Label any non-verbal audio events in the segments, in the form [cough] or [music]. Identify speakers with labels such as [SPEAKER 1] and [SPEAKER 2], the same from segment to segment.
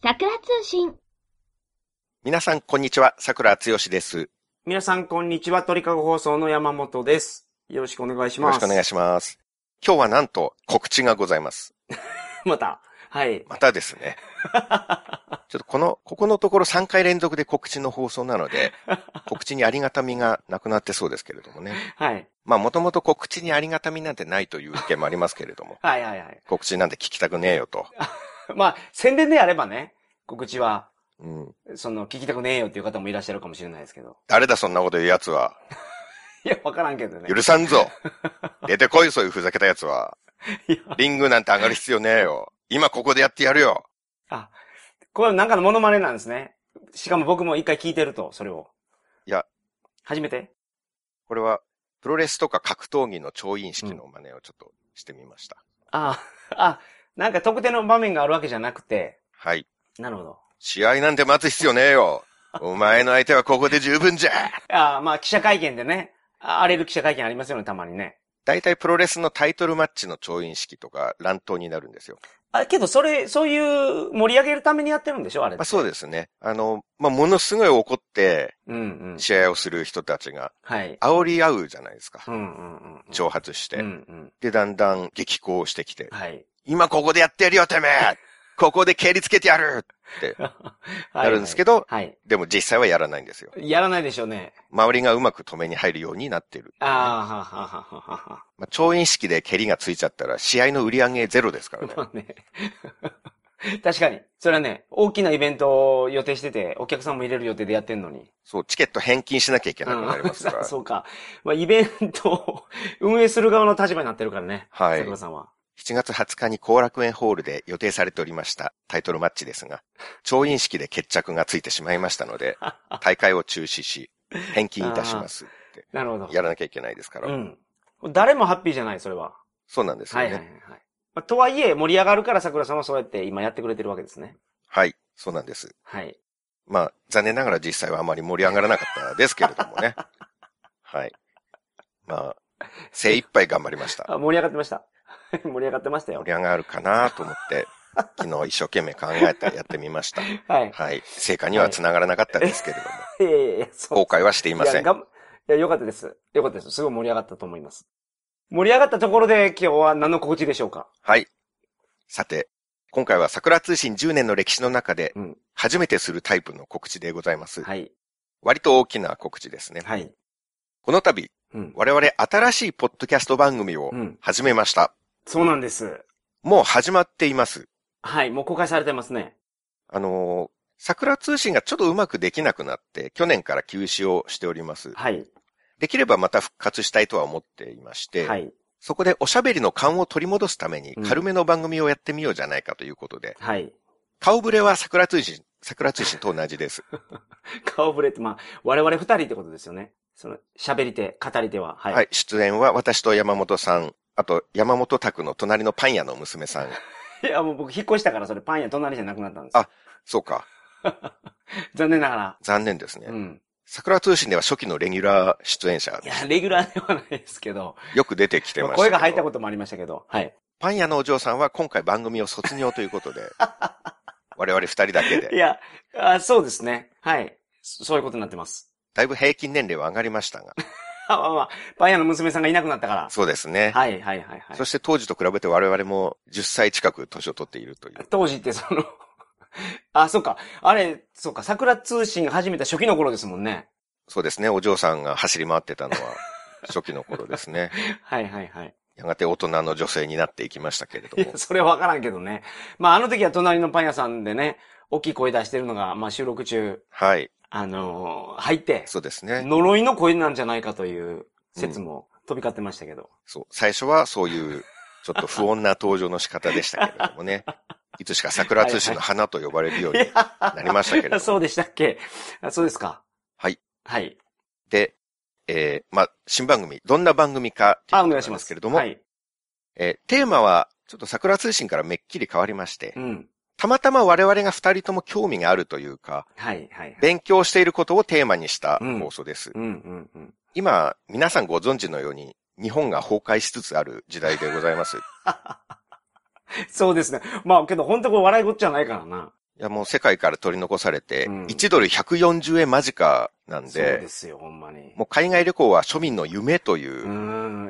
[SPEAKER 1] 通信。
[SPEAKER 2] 皆さん、こんにちは。桜つよしです。
[SPEAKER 3] 皆さん、こんにちは。鳥かご放送の山本です。よろしくお願いし
[SPEAKER 2] よ
[SPEAKER 3] ま
[SPEAKER 2] ろ
[SPEAKER 3] す。
[SPEAKER 2] しくお願いします。今日はなんと告知がございます。
[SPEAKER 3] [laughs] ます。また。はい。
[SPEAKER 2] またですね。ちょっとこの、ここのところ3回連続で告知の放送なので、告知にありがたみがなくなってそうですけれどもね。
[SPEAKER 3] はい。
[SPEAKER 2] まあ、もともと告知にありがたみなんてないという意見もありますけれども、
[SPEAKER 3] はいはいはい。
[SPEAKER 2] 告知なんて聞きたくねえよと。
[SPEAKER 3] まあ、宣伝でやればね、告知は、
[SPEAKER 2] うん。
[SPEAKER 3] その、聞きたくねえよっていう方もいらっしゃるかもしれないですけど。
[SPEAKER 2] 誰だそんなこと言う奴は。
[SPEAKER 3] いや、わからんけどね。
[SPEAKER 2] 許さんぞ。出てこい、そういうふざけた奴は。
[SPEAKER 3] いや
[SPEAKER 2] リングなんて上がる必要ねえよ。今ここでやってやるよ。
[SPEAKER 3] あ、これなんかのモノマネなんですね。しかも僕も一回聞いてると、それを。
[SPEAKER 2] いや。
[SPEAKER 3] 初めて
[SPEAKER 2] これは、プロレスとか格闘技の調印式の真似をちょっとしてみました。
[SPEAKER 3] ああ、あ、なんか特定の場面があるわけじゃなくて。
[SPEAKER 2] はい。
[SPEAKER 3] なるほど。
[SPEAKER 2] 試合なんて待つ必要ねえよ。お前の相手はここで十分じゃ。
[SPEAKER 3] ああ、まあ、記者会見でね。あ荒れる記者会見ありますよね、たまにね。
[SPEAKER 2] 大体プロレスのタイトルマッチの調印式とか乱闘になるんですよ。
[SPEAKER 3] あ、けど、それ、そういう、盛り上げるためにやってるんでしょあれ
[SPEAKER 2] ま
[SPEAKER 3] って。
[SPEAKER 2] あ、そうですね。あの、まあ、ものすごい怒って
[SPEAKER 3] うんうん。
[SPEAKER 2] 試合をする人たちが
[SPEAKER 3] はい。
[SPEAKER 2] 煽り合うじゃないですか
[SPEAKER 3] う。んうんうん。
[SPEAKER 2] 挑発して。
[SPEAKER 3] うんうん。
[SPEAKER 2] で、だんだん激高してきて。 [laughs]
[SPEAKER 3] はい。
[SPEAKER 2] 今ここでやってやるよ、てめえここで蹴りつけてやるなるんですけ
[SPEAKER 3] ど。
[SPEAKER 2] ど、
[SPEAKER 3] はい。
[SPEAKER 2] でも実際はやらないんですよ。
[SPEAKER 3] やらないでしょうね。
[SPEAKER 2] 周りがうまく止めに入るようになってる。
[SPEAKER 3] ああ、ははははは。
[SPEAKER 2] まあ、調印式で蹴りがついちゃったら、試合の売り上げゼロですからね。
[SPEAKER 3] まあね。 [laughs] 確かに。それはね、大きなイベントを予定してて、お客さんも入れる予定でやってんのに。
[SPEAKER 2] そう、チケット返金しなきゃいけなくなりますか
[SPEAKER 3] うん [laughs]
[SPEAKER 2] ら。
[SPEAKER 3] そうか。まあ、イベントを [laughs] 運営する側の立場になってるからね。
[SPEAKER 2] はい
[SPEAKER 3] 桜さん
[SPEAKER 2] [laughs]
[SPEAKER 3] は。
[SPEAKER 2] 7月20日に後楽園ホールで予定されておりましたタイトルマッチですが、調印式で決着がついてしまいましたので、大会を中止し、返金いたしますって、
[SPEAKER 3] なるほど。
[SPEAKER 2] やらなきゃいけないですから。
[SPEAKER 3] うん。誰もハッピーじゃない、それは。
[SPEAKER 2] そうなんですよ
[SPEAKER 3] は
[SPEAKER 2] ね。
[SPEAKER 3] い
[SPEAKER 2] は
[SPEAKER 3] はい
[SPEAKER 2] い
[SPEAKER 3] はい、はいまあ。とはいえ、盛り上がるから桜さんはそうやって今やってくれてるわけですね。
[SPEAKER 2] そうなんです。
[SPEAKER 3] はい。
[SPEAKER 2] まあ、残念ながら実際はあまり盛り上がらなかったですけれども
[SPEAKER 3] [laughs]
[SPEAKER 2] ね。はい。まあ、精一杯頑張りました。
[SPEAKER 3] あ、盛り上がってました。 [laughs] 盛り上がってましたよ
[SPEAKER 2] 盛り。上がるかなと思って、昨日一生懸命考えてやってみました。
[SPEAKER 3] はい。
[SPEAKER 2] はい。成果には繋がらなかったですけれども、
[SPEAKER 3] いやいやいや、そう。
[SPEAKER 2] 後悔はしていませ
[SPEAKER 3] い
[SPEAKER 2] ん。
[SPEAKER 3] や、がんいや、よかったです。よかったです。すごい盛り上がったと思います。盛り上がったところで今日は何の告知でしょうか
[SPEAKER 2] はい。さて、今回は桜通信10年の歴史の中で
[SPEAKER 3] うん、
[SPEAKER 2] 初めてするタイプの告知でございます。
[SPEAKER 3] はい。
[SPEAKER 2] 割と大きな告知ですね。
[SPEAKER 3] はい。
[SPEAKER 2] この度、
[SPEAKER 3] うん。
[SPEAKER 2] 我々新しいポッドキャスト番組を
[SPEAKER 3] うん。
[SPEAKER 2] 始めました。
[SPEAKER 3] そうなんです。
[SPEAKER 2] もう始まっています。
[SPEAKER 3] はい。もう公開されてますね。
[SPEAKER 2] あのー桜通信がちょっとうまくできなくなって、去年から休止をしております。
[SPEAKER 3] はい。
[SPEAKER 2] できればまた復活したいとは思っていまして、
[SPEAKER 3] はい。
[SPEAKER 2] そこでおしゃべりの勘を取り戻すために
[SPEAKER 3] うん
[SPEAKER 2] 軽めの番組をやってみようじゃないかということで、
[SPEAKER 3] はい。
[SPEAKER 2] 顔ぶれは桜通信、桜通信と同じです。
[SPEAKER 3] 顔ぶれって、まあ、我々二人ってことですよね。その、喋り手、語り手は。はい。
[SPEAKER 2] はい、出演は私と山本さん、あと山本拓の隣のパン屋の娘
[SPEAKER 3] [laughs]
[SPEAKER 2] さん。
[SPEAKER 3] いや、もう僕引っ越したからそれパン屋隣じゃなくなったんです。
[SPEAKER 2] あそうか、
[SPEAKER 3] 残念ながら。
[SPEAKER 2] 残念ですね。
[SPEAKER 3] うん。
[SPEAKER 2] 桜通信では初期のレギュラー出演者
[SPEAKER 3] い、や、レギュラーではないですけど、
[SPEAKER 2] よく出てきてましたけど。
[SPEAKER 3] 声が入ったこともありましたけど、はい。
[SPEAKER 2] パン屋のお嬢さんは今回番組を卒業という
[SPEAKER 3] [laughs]
[SPEAKER 2] ことで、我々二人だけ
[SPEAKER 3] い
[SPEAKER 2] で、
[SPEAKER 3] や、あそうですね。はい。そそういうことになってます。
[SPEAKER 2] だいぶ平均年齢は上がりましたが、
[SPEAKER 3] あ、まあまあ、パン屋の娘さんがいなくなったから。
[SPEAKER 2] そうですね。
[SPEAKER 3] はいはいはいはい
[SPEAKER 2] そ。して当時と比べて我々も10歳近く年を取っているという。
[SPEAKER 3] 当時ってその、あ、そうか。あれ、そうか。桜通信始めた初期の頃ですもんね。
[SPEAKER 2] そうですね、お嬢さんが走り回ってたのは
[SPEAKER 3] [laughs]
[SPEAKER 2] 初期の頃ですね。
[SPEAKER 3] はいはいはい。
[SPEAKER 2] やがて大人の女性になっていきましたけれど
[SPEAKER 3] い
[SPEAKER 2] も
[SPEAKER 3] や、。それはわからんけどね。まあ、あの時は隣のパン屋さんでね、大きい声出してるのが、まあ収録中、
[SPEAKER 2] はい、
[SPEAKER 3] あのー入って、
[SPEAKER 2] そうですね。
[SPEAKER 3] 呪いの声なんじゃないかという説も飛び交ってましたけど。
[SPEAKER 2] そう、最初はそういうちょっと不穏な登場の仕方でしたけれども
[SPEAKER 3] [laughs]
[SPEAKER 2] ね。いつしか桜通信の花と呼ばれるよう
[SPEAKER 3] い
[SPEAKER 2] に
[SPEAKER 3] や
[SPEAKER 2] なりましたけれども。
[SPEAKER 3] [laughs] そうでしたっけあそうですか。
[SPEAKER 2] はい。
[SPEAKER 3] はい。
[SPEAKER 2] で、えーまあ、新番組、どんな番組かっていう
[SPEAKER 3] あ、
[SPEAKER 2] こと
[SPEAKER 3] お願
[SPEAKER 2] ない
[SPEAKER 3] し
[SPEAKER 2] ん
[SPEAKER 3] ま。
[SPEAKER 2] ですすけれども、
[SPEAKER 3] はい。
[SPEAKER 2] えーテーマは、ちょっと桜通信からめっきり変わりまして
[SPEAKER 3] う、ん。
[SPEAKER 2] たまたま我々が二人とも興味があるというか、
[SPEAKER 3] はい、はい。
[SPEAKER 2] 勉強していることをテーマにした
[SPEAKER 3] うん
[SPEAKER 2] 放送です。
[SPEAKER 3] うん、うん、うん。
[SPEAKER 2] 今、皆さんご存知のように、日本が崩壊しつつある時代でございます。い
[SPEAKER 3] そうですね。まあ、けど、本当これ笑いごっちゃないからな。
[SPEAKER 2] や、もう世界から取り残されて、
[SPEAKER 3] うん
[SPEAKER 2] 1ドル140円間近なん
[SPEAKER 3] そう
[SPEAKER 2] で
[SPEAKER 3] で、すよ、ほんまに。
[SPEAKER 2] もう海外旅行は庶民の夢という、
[SPEAKER 3] う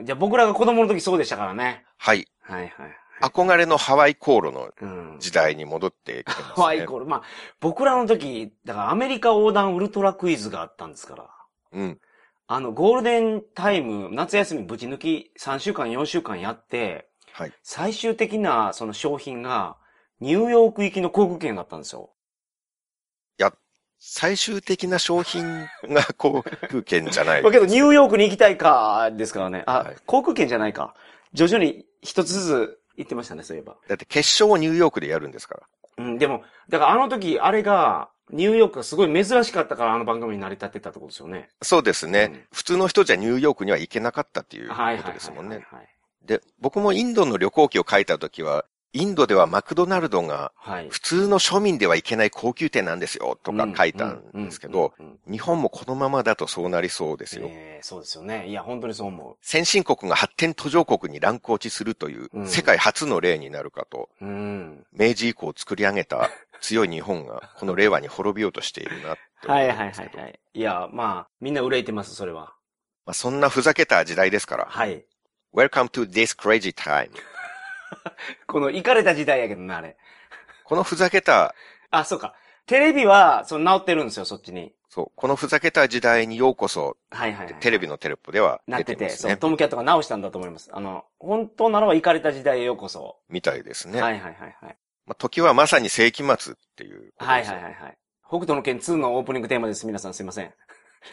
[SPEAKER 3] ん。じゃあ僕らが子供の時そうでしたからね。
[SPEAKER 2] はい。
[SPEAKER 3] はいはいはい。
[SPEAKER 2] 憧れのハワイ航路の
[SPEAKER 3] うん。
[SPEAKER 2] 時代に戻ってきてます
[SPEAKER 3] ハワ
[SPEAKER 2] ね
[SPEAKER 3] イ。コール。まあ、僕らの時、だからアメリカ横断ウルトラクイズがあったんですから。
[SPEAKER 2] うん。
[SPEAKER 3] あの、ゴールデンタイム、夏休みぶち抜き3週間4週間やって、
[SPEAKER 2] はい。
[SPEAKER 3] 最終的なその商品が、ニューヨーク行きの航空券だったんですよ。
[SPEAKER 2] 最終的な商品
[SPEAKER 3] [laughs]
[SPEAKER 2] が航空券じゃない
[SPEAKER 3] まあ。けど、ニューヨークに行きたいか、ですからね。あ、
[SPEAKER 2] はい
[SPEAKER 3] 航空券じゃないか。徐々に一つずつ行ってましたね、そういえば。
[SPEAKER 2] だって決勝をニューヨークでやるんですから。
[SPEAKER 3] うん、でも、だからあの時、あれが、ニューヨークがすごい珍しかったから、あの番組に成り立ってたってことですよね。
[SPEAKER 2] そうですね。
[SPEAKER 3] うん
[SPEAKER 2] 普通の人じゃニューヨークには行けなかったっていうこ
[SPEAKER 3] はいはい
[SPEAKER 2] と
[SPEAKER 3] はい
[SPEAKER 2] ですも
[SPEAKER 3] はい
[SPEAKER 2] ん
[SPEAKER 3] はい
[SPEAKER 2] ね。で、僕もインドの旅行記を書いた時は、インドではマクドナルドが
[SPEAKER 3] はい。
[SPEAKER 2] 普通の庶民ではいけない高級店なんですよとか書いたんですけど、
[SPEAKER 3] うん、うんうん
[SPEAKER 2] 日本もこのままだとそうなりそうですよ。
[SPEAKER 3] えーそうですよね。いや、本当にそう思
[SPEAKER 2] 先進国が発展途上国に乱高地するという
[SPEAKER 3] うん
[SPEAKER 2] 世界初の例になるかと、
[SPEAKER 3] う。うん。
[SPEAKER 2] 明治以降作り上げた強い日本がこの令和に滅びようとしているなって思
[SPEAKER 3] はい
[SPEAKER 2] うん
[SPEAKER 3] はい
[SPEAKER 2] です
[SPEAKER 3] は
[SPEAKER 2] けど
[SPEAKER 3] いはい。いや、まあ、みんな憂いてます、それは。
[SPEAKER 2] まあそんなふざけた時代ですから、
[SPEAKER 3] はい。
[SPEAKER 2] Welcome to this crazy time.
[SPEAKER 3] この、行かれた時代やけどな、あれ。
[SPEAKER 2] このふざけた、
[SPEAKER 3] あ、そうか。テレビは、その、治ってるんですよ、そっちに。
[SPEAKER 2] そう、このふざけた時代にようこそ、
[SPEAKER 3] はいはい、はい。
[SPEAKER 2] テレビのテレポでは
[SPEAKER 3] なっ
[SPEAKER 2] 出
[SPEAKER 3] て
[SPEAKER 2] て
[SPEAKER 3] て、
[SPEAKER 2] ます
[SPEAKER 3] そう、
[SPEAKER 2] ね。
[SPEAKER 3] トムキャットが直したんだと思います。あの、本当ならば行かれた時代へようこそ。
[SPEAKER 2] みたいですね。
[SPEAKER 3] はいはいはいはい。
[SPEAKER 2] まあ、時はまさに世紀末っていうこと
[SPEAKER 3] は
[SPEAKER 2] で
[SPEAKER 3] い
[SPEAKER 2] す
[SPEAKER 3] は
[SPEAKER 2] ね、
[SPEAKER 3] いはいはい。北斗の拳2のオープニングテーマです。皆さんすいません。 [laughs]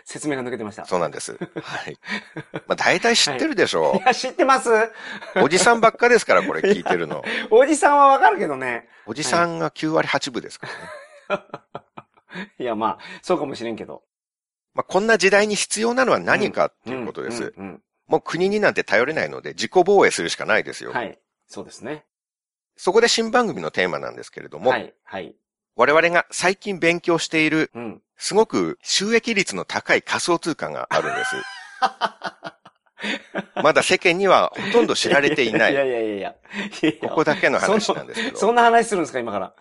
[SPEAKER 3] 説明が抜けてました。
[SPEAKER 2] そうなんです。はい。
[SPEAKER 3] [laughs]
[SPEAKER 2] まあ、大体知ってるでしょ
[SPEAKER 3] いや、知ってます
[SPEAKER 2] う。おじさんばっかですから、これ聞いてるの。
[SPEAKER 3] おじさんはわかるけどね。
[SPEAKER 2] おじさんが9割8分ですからね。
[SPEAKER 3] いや、まあ、そうかもしれんけど。
[SPEAKER 2] まあ、こんな時代に必要なのは何かっていうことです。
[SPEAKER 3] うん。うん
[SPEAKER 2] もう国になんて頼れないので、自己防衛するしかないです
[SPEAKER 3] うん
[SPEAKER 2] よ。
[SPEAKER 3] はい。そうですね。
[SPEAKER 2] そこで新番組のテーマなんですけれども、
[SPEAKER 3] はい。はい。
[SPEAKER 2] 我々が最近勉強している、
[SPEAKER 3] うん。
[SPEAKER 2] すごく収益率の高い仮想通貨があるんです。 [laughs] まだ世間にはほとんど知られていない
[SPEAKER 3] や
[SPEAKER 2] い。
[SPEAKER 3] いやいやいや。いやいや
[SPEAKER 2] ここだけの話なんですけ
[SPEAKER 3] そ
[SPEAKER 2] ど、
[SPEAKER 3] んな話するんですか、今から。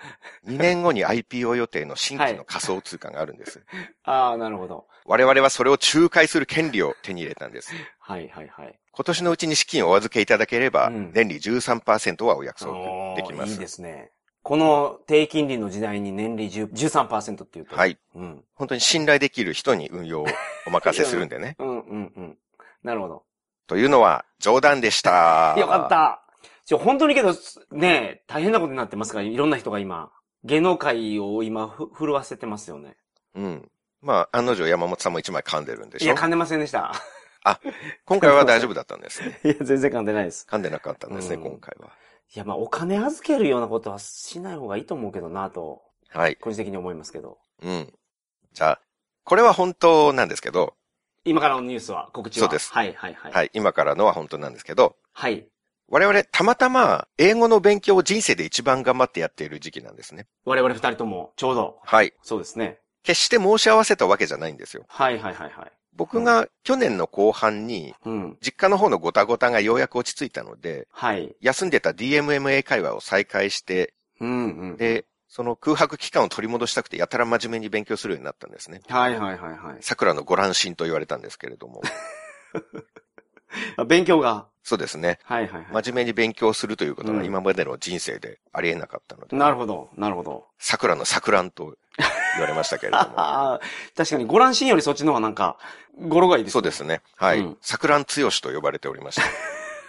[SPEAKER 2] 2年後に IPO 予定の新規の仮想通貨があるんです。
[SPEAKER 3] ああ、なるほど。
[SPEAKER 2] 我々はそれを仲介する権利を手に入れたんです。
[SPEAKER 3] はいはいはい。
[SPEAKER 2] 今年のうちに資金をお預けいただければ、
[SPEAKER 3] うん
[SPEAKER 2] 年利13%はお約束できま
[SPEAKER 3] おーい
[SPEAKER 2] す。
[SPEAKER 3] いですね。この低金利の時代に年利10 13%っていうと。。
[SPEAKER 2] はいい。
[SPEAKER 3] うん。。
[SPEAKER 2] 本当に信頼できる人に運用をお任せするんでね
[SPEAKER 3] [laughs] うんうんうん。なるほど。
[SPEAKER 2] というのは冗談でした。
[SPEAKER 3] よかっ。た。ちょ、本当にけど、すねえ大変なことになってますから、いろんな人が今、芸能界を今、ふ、震わせてますよね。
[SPEAKER 2] うん。まあ、案の定山本さんも一枚噛んでるんで
[SPEAKER 3] い
[SPEAKER 2] しょ
[SPEAKER 3] や、噛んでません
[SPEAKER 2] [laughs]
[SPEAKER 3] でした。
[SPEAKER 2] 今回は大丈夫だったんですね。
[SPEAKER 3] いや、全然噛んでないです。
[SPEAKER 2] 噛んでなかったんですね、
[SPEAKER 3] うん
[SPEAKER 2] 今回は。
[SPEAKER 3] いや、まあ、お金預けるようなことはしない方がいいと思うけどなと、
[SPEAKER 2] はい。
[SPEAKER 3] 個人的に思いますけど。
[SPEAKER 2] うん。じゃあ、これは本当なんですけど、
[SPEAKER 3] 今からのニュースは、告知は。
[SPEAKER 2] そうです
[SPEAKER 3] はい、はい、はい。。
[SPEAKER 2] はいい、今からのは本当なんですけど、
[SPEAKER 3] はい。
[SPEAKER 2] 我々たまたま英語の勉強を人生で一番頑張ってやっている時期なんですね。
[SPEAKER 3] 我々二人とも、ちょうど、
[SPEAKER 2] はい。
[SPEAKER 3] そうですね。
[SPEAKER 2] 決して申し合わせたわけじゃないんですよ。
[SPEAKER 3] はい、はい、はい、はい。
[SPEAKER 2] 僕が去年の後半に、
[SPEAKER 3] うん。
[SPEAKER 2] 実家の方のごたごたがようやく落ち着いたので、
[SPEAKER 3] はい。
[SPEAKER 2] 休んでた DMMA 会話を再開して、
[SPEAKER 3] うん、うん。
[SPEAKER 2] で、その空白期間を取り戻したくて、やたら真面目に勉強するようになったんですね。
[SPEAKER 3] はい、はい、はい、はい
[SPEAKER 2] 桜のご乱心と言われたんですけれど
[SPEAKER 3] [laughs]
[SPEAKER 2] も。
[SPEAKER 3] あ。勉強が。
[SPEAKER 2] そうですね。
[SPEAKER 3] はい、はい、は
[SPEAKER 2] 真面目に勉強するということ
[SPEAKER 3] う
[SPEAKER 2] が
[SPEAKER 3] ん
[SPEAKER 2] 今までの人生でありえなかったので、
[SPEAKER 3] い。なるほど、なるほど。 [laughs]
[SPEAKER 2] 桜の桜んと言われましたけれど
[SPEAKER 3] あ [laughs]
[SPEAKER 2] も。
[SPEAKER 3] あ、確かに、ご覧心よりそっちの方がなんか、語呂がいいです、
[SPEAKER 2] そうですね。はい。
[SPEAKER 3] うん
[SPEAKER 2] 桜ん強しと呼ばれておりまし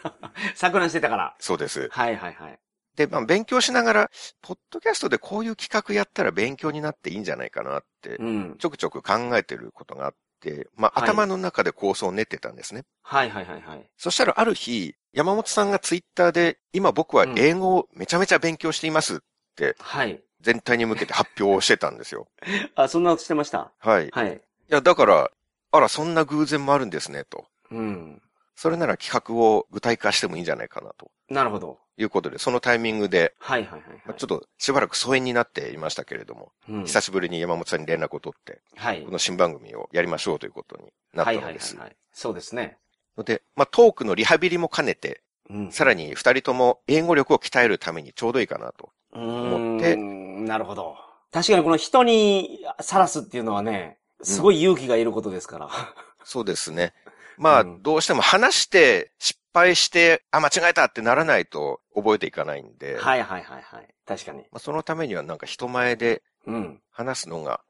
[SPEAKER 2] た。
[SPEAKER 3] 錯乱してたから。
[SPEAKER 2] そうです。
[SPEAKER 3] はい、はい、はい。
[SPEAKER 2] で、まあ、勉強しながら、ポッドキャストでこういう企画やったら勉強になっていいんじゃないかなって
[SPEAKER 3] う、ん。
[SPEAKER 2] ちょくちょく考えてることがあって、まあ、
[SPEAKER 3] はい
[SPEAKER 2] 頭の中で構想を練ってたんですね。
[SPEAKER 3] はい、はい、はい、はい。
[SPEAKER 2] そしたらある日、山本さんがツイッターで、今僕は英語をめちゃめちゃ勉強していますって、
[SPEAKER 3] はい。
[SPEAKER 2] 全体に向けて発表をしてたんですよ。
[SPEAKER 3] あ、そんなことしてました。
[SPEAKER 2] はい。い
[SPEAKER 3] [laughs] はい。
[SPEAKER 2] や、だから、あら、そんな偶然もあるんですね、と。
[SPEAKER 3] うん。
[SPEAKER 2] それなら企画を具体化してもいいんじゃないかな、と
[SPEAKER 3] なるほど。
[SPEAKER 2] いうことで、そのタイミングで、
[SPEAKER 3] はいはいはい、
[SPEAKER 2] ま
[SPEAKER 3] は
[SPEAKER 2] あ
[SPEAKER 3] い。
[SPEAKER 2] ちょっとしばらく疎遠になっていましたけれども、
[SPEAKER 3] うん
[SPEAKER 2] 久しぶりに山本さんに連絡を取って、
[SPEAKER 3] はい
[SPEAKER 2] こ。の新番組をやりましょうということになっ
[SPEAKER 3] は
[SPEAKER 2] た
[SPEAKER 3] いは
[SPEAKER 2] の
[SPEAKER 3] い
[SPEAKER 2] です
[SPEAKER 3] はい。はい。そうですね。
[SPEAKER 2] ので、まあ、トークのリハビリも兼ねて、
[SPEAKER 3] うん
[SPEAKER 2] さらに二人とも英語力を鍛えるためにちょうどいいかなと
[SPEAKER 3] 思
[SPEAKER 2] 思って
[SPEAKER 3] なるほど。確かにこの人にさらすっていうのはね、すごい勇気がいることですから。 [laughs]
[SPEAKER 2] そうですね。まあ、
[SPEAKER 3] うん
[SPEAKER 2] どうしても話して、失敗して、あ、間違えたってならないと覚えていかないんで、
[SPEAKER 3] はいはいはいはい。確かに。
[SPEAKER 2] まあ、そのためにはなんか人前で
[SPEAKER 3] うん。
[SPEAKER 2] 話すのが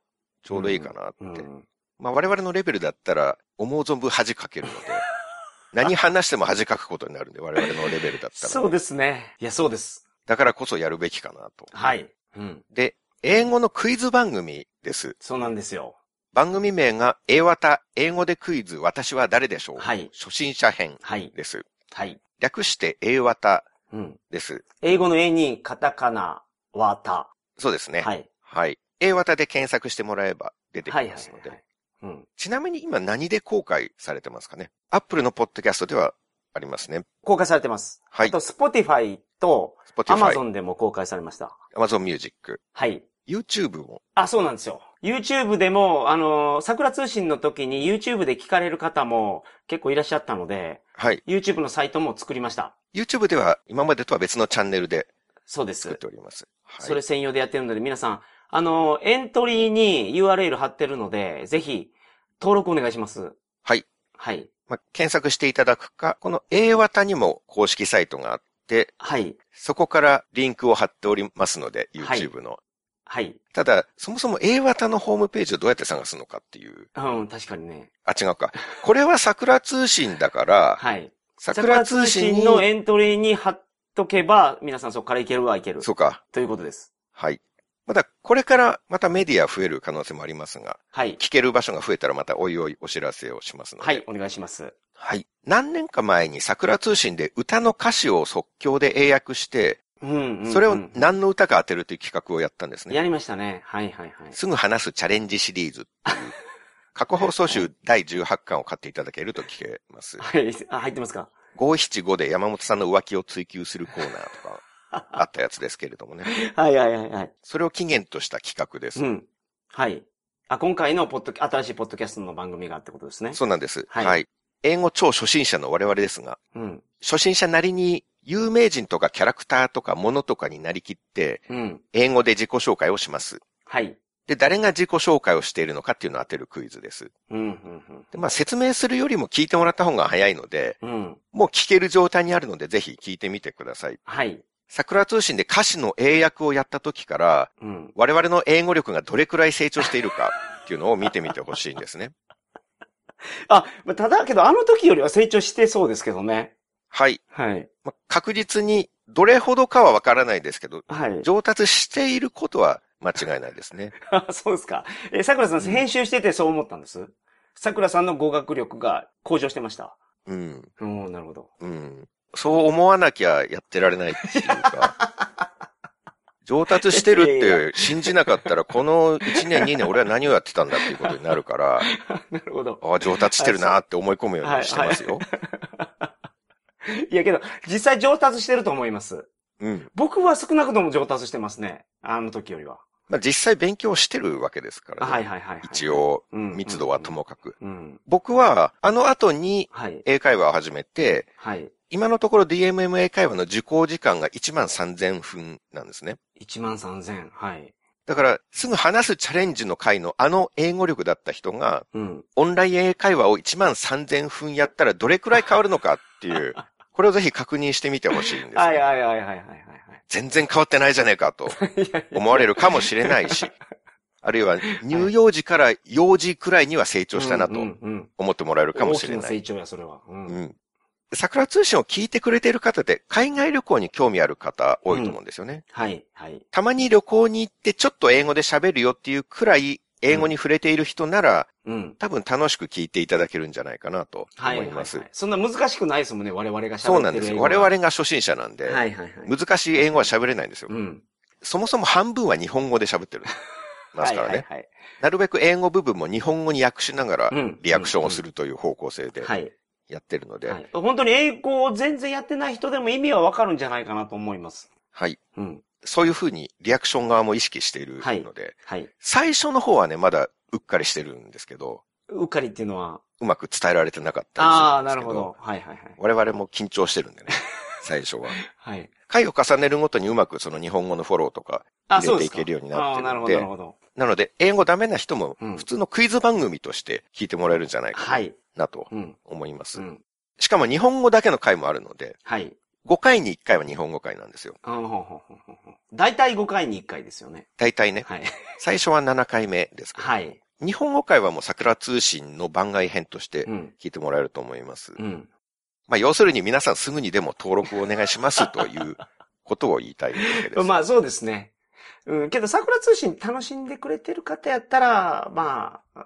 [SPEAKER 2] ちょうどいいかなって。
[SPEAKER 3] うん。
[SPEAKER 2] まあ、我々のレベルだったら、思う存分恥かけるの
[SPEAKER 3] [laughs]
[SPEAKER 2] で、何話しても恥かくことになるんで、我々のレベルだったら。
[SPEAKER 3] そうですね。いや、そうです。
[SPEAKER 2] だからこそやるべきかなと。
[SPEAKER 3] はい。うん。
[SPEAKER 2] で、英語のクイズ番組です。
[SPEAKER 3] そうなんですよ。
[SPEAKER 2] 番組名が、英和田、英語でクイズ、私は誰でしょう、
[SPEAKER 3] はい
[SPEAKER 2] 初心者編
[SPEAKER 3] はい。
[SPEAKER 2] です。
[SPEAKER 3] はい。
[SPEAKER 2] 略して、英和田
[SPEAKER 3] うん。
[SPEAKER 2] です。
[SPEAKER 3] 英語の英にカタカナ、ワタ。
[SPEAKER 2] そうですね。
[SPEAKER 3] は
[SPEAKER 2] はい。
[SPEAKER 3] い。
[SPEAKER 2] 英和田で検索してもらえば出てき
[SPEAKER 3] はいはい
[SPEAKER 2] ま
[SPEAKER 3] は
[SPEAKER 2] すので。
[SPEAKER 3] い。うん。
[SPEAKER 2] ちなみに今何で公開されてますかねアップルのポッドキャストではありますね。
[SPEAKER 3] 公開されてます。
[SPEAKER 2] は
[SPEAKER 3] あ
[SPEAKER 2] い
[SPEAKER 3] と、。Spotify と
[SPEAKER 2] Spotify、
[SPEAKER 3] Amazon でも公開されました。
[SPEAKER 2] Amazon Music、
[SPEAKER 3] はい。
[SPEAKER 2] YouTube も
[SPEAKER 3] あ、そうなんですよ。YouTube でも、あの、桜通信の時に YouTube で聞かれる方も結構いらっしゃったので、
[SPEAKER 2] はい。
[SPEAKER 3] YouTube のサイトも作りました。
[SPEAKER 2] YouTube では今までとは別のチャンネルで
[SPEAKER 3] そうで
[SPEAKER 2] 作っ
[SPEAKER 3] す。
[SPEAKER 2] ております。はい。
[SPEAKER 3] それ専用でやってるので、皆さん、あの、エントリーに URL 貼ってるので、ぜひ、登録お願いします。
[SPEAKER 2] はい。
[SPEAKER 3] はい。
[SPEAKER 2] まあ、検索していただくか、この A 型にも公式サイトがあって、
[SPEAKER 3] はい。
[SPEAKER 2] そこからリンクを貼っておりますので、
[SPEAKER 3] はい
[SPEAKER 2] YouTube の。
[SPEAKER 3] はい。
[SPEAKER 2] ただ、そもそも A 型のホームページをどうやって探すのかっていう。
[SPEAKER 3] うん、確かにね。
[SPEAKER 2] あ、違うか。これは桜通信だから、
[SPEAKER 3] はい。
[SPEAKER 2] 桜通信に
[SPEAKER 3] のエントリーに貼っとけば、皆さんそこからいけるはいける。
[SPEAKER 2] そうか。
[SPEAKER 3] ということです。
[SPEAKER 2] はい。まだこれからまたメディア増える可能性もありますが、
[SPEAKER 3] はい。
[SPEAKER 2] 聞ける場所が増えたらまたおいおいお知らせをしますので。
[SPEAKER 3] はい、お願いします。
[SPEAKER 2] はい。何年か前に桜通信で歌の歌詞を即興で英訳して、
[SPEAKER 3] うんうん、うん。
[SPEAKER 2] それを何の歌か当てるという企画をやったんですね。
[SPEAKER 3] やりましたね。はいはいはい。
[SPEAKER 2] すぐ話すチャレンジシリーズ
[SPEAKER 3] [laughs]
[SPEAKER 2] っていう、過去放送集第18巻を買っていただけると聞けます。
[SPEAKER 3] はい。 [laughs] あ、入ってますか
[SPEAKER 2] 575で山本さんの浮気を追求するコーナーとかあったやつですけれどもね。
[SPEAKER 3] はいはいはいはい。
[SPEAKER 2] それを起源とした企画です
[SPEAKER 3] う。ん。はい。あ、今回のポッドキ、新しいポッドキャストの番組がってことですね。
[SPEAKER 2] そうなんです。
[SPEAKER 3] は
[SPEAKER 2] はいい、英語超初心者の我々ですが、
[SPEAKER 3] うん。
[SPEAKER 2] 初心者なりに有名人とかキャラクターとかものとかになりきって、
[SPEAKER 3] うん。
[SPEAKER 2] 英語で自己紹介をします。
[SPEAKER 3] はい。
[SPEAKER 2] で、誰が自己紹介をしているのかっていうのを当てるクイズです。
[SPEAKER 3] うん、うん、
[SPEAKER 2] で、まあ説明するよりも聞いてもらった方が早いので、
[SPEAKER 3] うん。うん。
[SPEAKER 2] もう聞ける状態にあるのでぜひ聞いてみてください。
[SPEAKER 3] はい。
[SPEAKER 2] 桜通信で歌詞の英訳をやった時から、
[SPEAKER 3] うん。
[SPEAKER 2] 我々の英語力がどれくらい成長しているかっていうのを見てみてほしいんですね。 [laughs]
[SPEAKER 3] あ、まあただけど、あの時よりは成長してそうですけどね。
[SPEAKER 2] はい。
[SPEAKER 3] はい。
[SPEAKER 2] まあ確実にどれほどかはわからないですけど、
[SPEAKER 3] はい。
[SPEAKER 2] 上達していることは間違いないですね。
[SPEAKER 3] あ [laughs] そうですか。え、桜さん、
[SPEAKER 2] うん
[SPEAKER 3] 編集しててそう思ったんです。桜さんの語学力が向上してました。
[SPEAKER 2] うん。
[SPEAKER 3] うん、なるほど。
[SPEAKER 2] うん。そう思わなきゃやってられないっていうか。
[SPEAKER 3] [laughs]
[SPEAKER 2] 上達してるって信じなかったら、この1年2年俺は何をやってたんだっていうことになる
[SPEAKER 3] [laughs]
[SPEAKER 2] から、
[SPEAKER 3] [laughs] なるほど。
[SPEAKER 2] ああ、上達してるなって思い込むようにしてますよ。
[SPEAKER 3] いやけど、実際上達してると思います。
[SPEAKER 2] うん。
[SPEAKER 3] 僕は少なくとも上達してますね。あの時よりは。
[SPEAKER 2] まあ実際勉強してるわけですから、ね。
[SPEAKER 3] はいはいはい、はい。
[SPEAKER 2] 一応、
[SPEAKER 3] うん、
[SPEAKER 2] 密度はともかく。
[SPEAKER 3] うん。うん。
[SPEAKER 2] 僕は、あの後に
[SPEAKER 3] はい。
[SPEAKER 2] 英会話を始めて、
[SPEAKER 3] はい。
[SPEAKER 2] 今のところ DMM 英会話の受講時間が1万3000分なんですね。
[SPEAKER 3] 1万3000。はい。
[SPEAKER 2] だから、すぐ話すチャレンジの回のあの英語力だった人が、
[SPEAKER 3] うん。
[SPEAKER 2] オンライン英会話を1万3000分やったらどれくらい変わるのかっていう、 [laughs] これをぜひ確認してみてほしいんです、
[SPEAKER 3] はいはいはいはいはいはい
[SPEAKER 2] 全然変わってないじゃねえかと
[SPEAKER 3] はい。いやいや
[SPEAKER 2] 思われるかもしれない
[SPEAKER 3] [laughs]
[SPEAKER 2] し、あるいは乳幼児から幼児くらいには成長したな
[SPEAKER 3] うん
[SPEAKER 2] と
[SPEAKER 3] うんうん
[SPEAKER 2] 思ってもらえるかもしれ
[SPEAKER 3] 大きな
[SPEAKER 2] ない。
[SPEAKER 3] 成長や、それは。うん。
[SPEAKER 2] うん桜通信を聞いてくれている方で、海外旅行に興味ある方多いと思うんですよね。
[SPEAKER 3] はい。はい。
[SPEAKER 2] たまに旅行に行ってちょっと英語で喋るよっていうくらい英語に触れている人なら、
[SPEAKER 3] うん。
[SPEAKER 2] 多分楽しく聞いていただけるんじゃないかなと
[SPEAKER 3] はい
[SPEAKER 2] 思
[SPEAKER 3] はい
[SPEAKER 2] い
[SPEAKER 3] は
[SPEAKER 2] ま
[SPEAKER 3] い。
[SPEAKER 2] す。
[SPEAKER 3] そんな難しくないですもんね、我々が喋ってる
[SPEAKER 2] そうなんです
[SPEAKER 3] 英
[SPEAKER 2] よ。
[SPEAKER 3] 語は
[SPEAKER 2] 我々が初心者なんで、
[SPEAKER 3] はいはいはい。
[SPEAKER 2] 難しい英語は喋れないんですよ。
[SPEAKER 3] うん。
[SPEAKER 2] そもそも半分は日本語で喋って
[SPEAKER 3] [laughs]
[SPEAKER 2] る。ますからね、
[SPEAKER 3] はいはい
[SPEAKER 2] なるべく英語部分も日本語に訳しながら
[SPEAKER 3] うん
[SPEAKER 2] リアクションをするという方向性で
[SPEAKER 3] はい。
[SPEAKER 2] やってるので、
[SPEAKER 3] はい。本当に英語を全然やってない人でも意味はわかるんじゃないかなと思います。
[SPEAKER 2] はい。
[SPEAKER 3] うん。
[SPEAKER 2] そういうふうにリアクション側も意識しているので、
[SPEAKER 3] はい。
[SPEAKER 2] 最初の方はね、まだうっかりしてるんですけど、
[SPEAKER 3] うっかりっていうのは。
[SPEAKER 2] うまく伝えられてなかったりす
[SPEAKER 3] ああ、
[SPEAKER 2] るんです
[SPEAKER 3] なる
[SPEAKER 2] けど。
[SPEAKER 3] ほど。はいはいはい。 [laughs]
[SPEAKER 2] 我々も緊張してるんでね、最初は。
[SPEAKER 3] はい。
[SPEAKER 2] 回を重ねるごとにうまくその日本語のフォローとか、
[SPEAKER 3] あ、
[SPEAKER 2] 入れて
[SPEAKER 3] そうですか。
[SPEAKER 2] いけるようになってるんで
[SPEAKER 3] あーなるほど、なるほど。
[SPEAKER 2] なので、英語ダメな人も
[SPEAKER 3] うん
[SPEAKER 2] 普通のクイズ番組として聞いてもらえるんじゃない
[SPEAKER 3] は
[SPEAKER 2] か
[SPEAKER 3] い。
[SPEAKER 2] なと
[SPEAKER 3] うん。
[SPEAKER 2] 思います
[SPEAKER 3] う。ん。
[SPEAKER 2] しかも日本語だけの回もあるので、
[SPEAKER 3] はい。
[SPEAKER 2] 5回に1回は日本語回なんですよ。
[SPEAKER 3] あほうほうほうほうほう大体5回に1回ですよね。
[SPEAKER 2] 大体ね、
[SPEAKER 3] はい。
[SPEAKER 2] 最初は7回目ですけど、
[SPEAKER 3] はい。
[SPEAKER 2] 日本語回はもう桜通信の番外編として
[SPEAKER 3] うん。
[SPEAKER 2] 聞いてもらえると思います。
[SPEAKER 3] うん。
[SPEAKER 2] まあ、要するに皆さんすぐにでも登録をお願いしますということを言いたいわけです。
[SPEAKER 3] [laughs] まあそうですね。うん、けど桜通信楽しんでくれてる方やったら、まあ、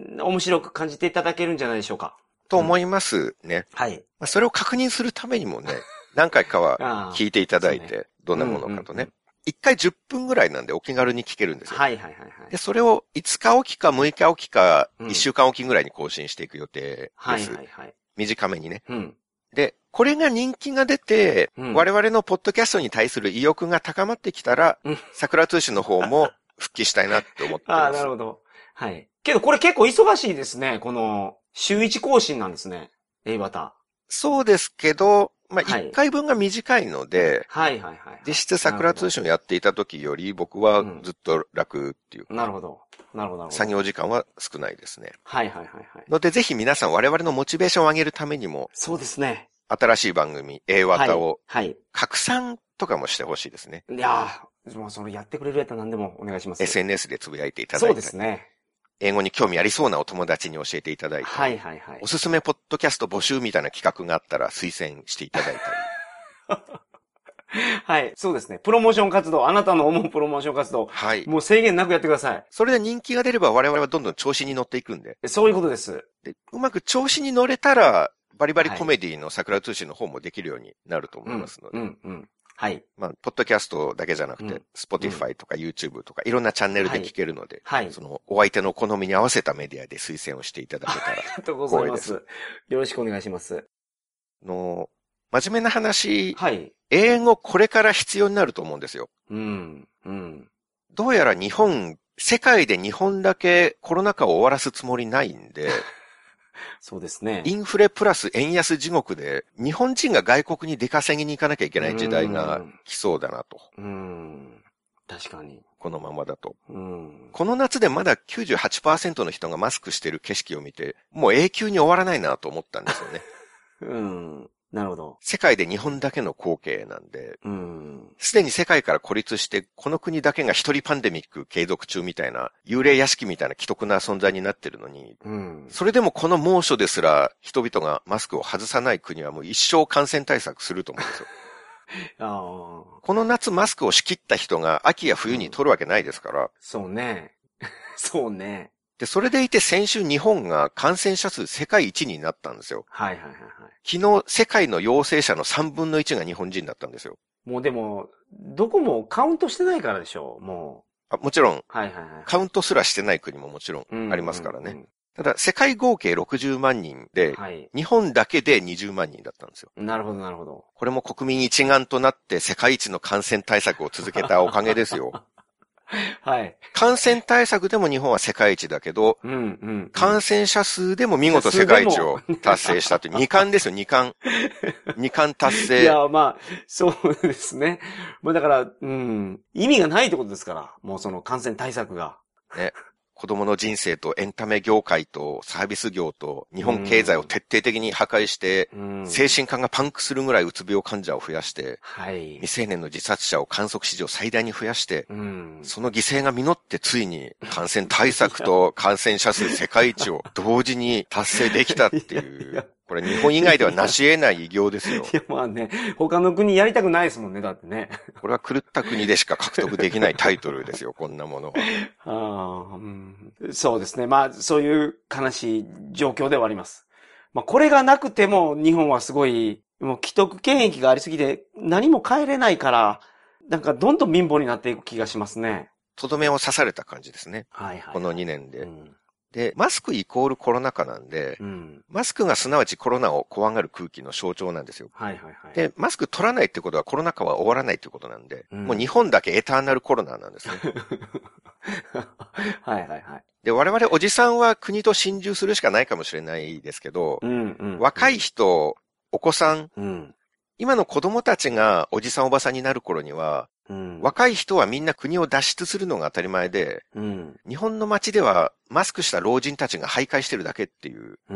[SPEAKER 3] うん面白く感じていただけるんじゃないでしょうか。
[SPEAKER 2] と思いますね。
[SPEAKER 3] はい。
[SPEAKER 2] まあ、それを確認するためにもね、何回かは
[SPEAKER 3] あー
[SPEAKER 2] 聞いていただい
[SPEAKER 3] そう
[SPEAKER 2] て、どんなものかと
[SPEAKER 3] うんうんうん
[SPEAKER 2] ね。1回10分ぐらいなんでお気軽に聞けるんですよ。
[SPEAKER 3] はいはいはいはい
[SPEAKER 2] で、。それを5日おきか6日おきか、
[SPEAKER 3] うん
[SPEAKER 2] 1週間おきぐらいに更新していく予定
[SPEAKER 3] は
[SPEAKER 2] で
[SPEAKER 3] い
[SPEAKER 2] す。
[SPEAKER 3] はいはい。
[SPEAKER 2] 短めにね。
[SPEAKER 3] うん。
[SPEAKER 2] で、これが人気が出て、
[SPEAKER 3] うん
[SPEAKER 2] 我々のポッドキャストに対する意欲が高まってきたら、
[SPEAKER 3] うん
[SPEAKER 2] 桜通信の方
[SPEAKER 3] [laughs]
[SPEAKER 2] も復帰したいなって思って
[SPEAKER 3] あ
[SPEAKER 2] ま
[SPEAKER 3] あ、な
[SPEAKER 2] す
[SPEAKER 3] る。ほど。はい。けどこれ結構忙しいですね。この、週1更新なんですね。エイバタ
[SPEAKER 2] そうですけど、まあ、
[SPEAKER 3] はい
[SPEAKER 2] 1回分が短いので、
[SPEAKER 3] はいはいはい。
[SPEAKER 2] 実質桜通信をやっていた時より僕はずっと楽っていうか、
[SPEAKER 3] なるほど。なるほど、なるほど。
[SPEAKER 2] 作業時間は少ないですね。
[SPEAKER 3] はいはいはいはい。
[SPEAKER 2] ので、ぜひ皆さん我々のモチベーションを上げるためにも、
[SPEAKER 3] そうですね。
[SPEAKER 2] 新しい番組、A
[SPEAKER 3] はい
[SPEAKER 2] 型を
[SPEAKER 3] はい。
[SPEAKER 2] 拡散とかもしてほしいですね。
[SPEAKER 3] いやーもうそのやってくれるやつは何でもお願いします。
[SPEAKER 2] SNS でつぶやいていただ
[SPEAKER 3] そう
[SPEAKER 2] い
[SPEAKER 3] で
[SPEAKER 2] た
[SPEAKER 3] す
[SPEAKER 2] り、
[SPEAKER 3] ね。
[SPEAKER 2] 英語に興味ありそうなお友達に教えていただいて、
[SPEAKER 3] はいはいはい
[SPEAKER 2] お。すすめポッドキャスト募集みたいな企画があったら推薦していた
[SPEAKER 3] [laughs]
[SPEAKER 2] だいたり、
[SPEAKER 3] はい。そうですね。プロモーション活動、あなたの思うプロモーション活動、
[SPEAKER 2] はい。
[SPEAKER 3] もう制限なくやってください。
[SPEAKER 2] それで人気が出れば我々はどんどん調子に乗っていくんで、
[SPEAKER 3] そういうことです。
[SPEAKER 2] でうまく調子に乗れたら、バリバリコメディの桜通信の方もできるようになると思
[SPEAKER 3] う
[SPEAKER 2] い
[SPEAKER 3] ん
[SPEAKER 2] ますので、
[SPEAKER 3] うん、うん。はい。
[SPEAKER 2] まあ、ポッドキャストだけじゃなく
[SPEAKER 3] う
[SPEAKER 2] て
[SPEAKER 3] ん、
[SPEAKER 2] Spotify とか YouTube とかいろんなチャンネルで聞けるので、
[SPEAKER 3] はい。
[SPEAKER 2] そのお相手の好みに合わせたメディアで推薦をしていただけたら、
[SPEAKER 3] ありがとうございます。よろしくお願いします。
[SPEAKER 2] あの、真面目な話、
[SPEAKER 3] はい。
[SPEAKER 2] 英語これから必要になると思うんですよ。
[SPEAKER 3] うん、うん。
[SPEAKER 2] どうやら日本、世界で日本だけコロナ禍を終わらすつもりないんで、
[SPEAKER 3] そうですね。
[SPEAKER 2] インフレプラス円安地獄で、日本人が外国に出稼ぎに行かなきゃいけない時代が来そうだなと。
[SPEAKER 3] うん。確かに。
[SPEAKER 2] このままだと。
[SPEAKER 3] うん。
[SPEAKER 2] この夏でまだ98%の人がマスクしてる景色を見て、もう永久に終わらないなと思ったんですよね。
[SPEAKER 3] うん。なるほど。
[SPEAKER 2] 世界で日本だけの光景なんで、
[SPEAKER 3] うん。
[SPEAKER 2] すでに世界から孤立して、この国だけが一人パンデミック継続中みたいな、幽霊屋敷みたいな既得な存在になってるのに、
[SPEAKER 3] うん。
[SPEAKER 2] それでもこの猛暑ですら人々がマスクを外さない国はもう一生感染対策すると思うん
[SPEAKER 3] [laughs]
[SPEAKER 2] ですよ。
[SPEAKER 3] ああ、
[SPEAKER 2] この夏マスクを仕切った人が秋や冬に取るわけないですから、
[SPEAKER 3] そうね。 [laughs] そうね。
[SPEAKER 2] で、それでいて先週日本が感染者数世界一になったんですよ。
[SPEAKER 3] はいはいはいはい。
[SPEAKER 2] 昨日世界の陽性者の3分の1が日本人だったんですよ。
[SPEAKER 3] もうでも、どこもカウントしてないからでしょう、も
[SPEAKER 2] あもちろん、
[SPEAKER 3] う。はいはいはい。
[SPEAKER 2] カウントすらしてない国ももちろん
[SPEAKER 3] うん
[SPEAKER 2] ありますからね。。ただ、世界合計60万人
[SPEAKER 3] うんうん
[SPEAKER 2] で、
[SPEAKER 3] はい。
[SPEAKER 2] 日本だけで20万人だったんですよ。
[SPEAKER 3] なるほどなるほど。
[SPEAKER 2] これも国民一丸となって世界一の感染対策を続けたおかげですよ。
[SPEAKER 3] はい。
[SPEAKER 2] 感染対策でも日本は世界一だけど、
[SPEAKER 3] うんうん。
[SPEAKER 2] 感染者数でも見事世界一を達成したという、2冠ですよ、2冠。2冠達
[SPEAKER 3] い
[SPEAKER 2] 成。
[SPEAKER 3] や、まあ、そうですね。まあだから、うん。意味がないってことですから、もうその感染対策が。
[SPEAKER 2] 子供の人生とエンタメ業界とサービス業と日本経済を徹底的に破壊して、
[SPEAKER 3] うん。
[SPEAKER 2] 精神科がパンクするぐらいうつ病患者を増やして、
[SPEAKER 3] はい
[SPEAKER 2] 未。成年の自殺者を観測史上最大に増やして、
[SPEAKER 3] うん。
[SPEAKER 2] その犠牲が実ってついに感染対策
[SPEAKER 3] [laughs]
[SPEAKER 2] と感染者数世界一を同時に達成できたってい
[SPEAKER 3] いや
[SPEAKER 2] う、これ日本以外では成し得ない偉業ですよ。
[SPEAKER 3] いや、まあね、他の国やりたくないですもんね、だってね。
[SPEAKER 2] これは狂った国でしか獲得できないタイトルですよ、こんなものは。
[SPEAKER 3] ああ、うん、そうですね。まあ、そういう悲しい状況ではあります。まあ、これがなくても日本はすごい、もう既得権益がありすぎて何も変えれないから、なんかどんどん貧乏になっていく気がしますね。
[SPEAKER 2] とどめを刺された感じですね。
[SPEAKER 3] はいはい。
[SPEAKER 2] この2年
[SPEAKER 3] う
[SPEAKER 2] で。
[SPEAKER 3] ん。
[SPEAKER 2] で、マスクイコールコロナ禍なんで、
[SPEAKER 3] うん。
[SPEAKER 2] マスクがすなわちコロナを怖がる空気の象徴なんですよ。
[SPEAKER 3] はいはいはい。、
[SPEAKER 2] で、マスク取らないってことはコロナ禍は終わらないってことなんで、
[SPEAKER 3] うん
[SPEAKER 2] もう日本だけエターナルコロナなんですね。
[SPEAKER 3] はいはいはい。
[SPEAKER 2] で、我々おじさんは国と親中するしかないかもしれないですけど
[SPEAKER 3] う、んうん。
[SPEAKER 2] 若
[SPEAKER 3] い。
[SPEAKER 2] い人、お子さん、
[SPEAKER 3] うん。
[SPEAKER 2] 今の子供たちがおじさんおばさんになる頃には、
[SPEAKER 3] うん。
[SPEAKER 2] 若い人はみんな国を脱出するのが当たり前で、
[SPEAKER 3] うん。
[SPEAKER 2] 日本の街ではマスクした老人たちが徘徊してるだけっていう、
[SPEAKER 3] う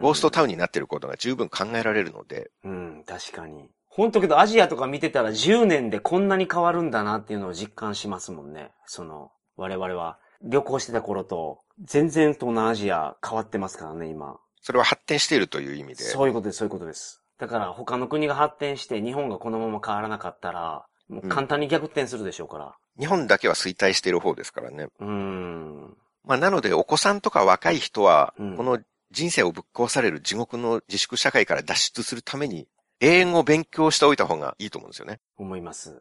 [SPEAKER 2] ウォーストタウンになってることが十分考えられるので、
[SPEAKER 3] うん、確かに。本当けどアジアとか見てたら10年でこんなに変わるんだなっていうのを実感しますもんね。その、我々は旅行してた頃と、全然東南アジア変わってますからね、今。
[SPEAKER 2] それは発展しているという意味で、
[SPEAKER 3] そういうことです、そういうことです。だから他の国が発展して日本がこのまま変わらなかったら、もう簡単に逆転するでしょうから。
[SPEAKER 2] 日本だけは衰退している方ですからね。
[SPEAKER 3] うーん。
[SPEAKER 2] まあなのでお子さんとか若い人は、
[SPEAKER 3] うん
[SPEAKER 2] この人生をぶっ壊される地獄の自粛社会から脱出するために、英語を勉強しておいた方がいいと思うんですよね。
[SPEAKER 3] 思います。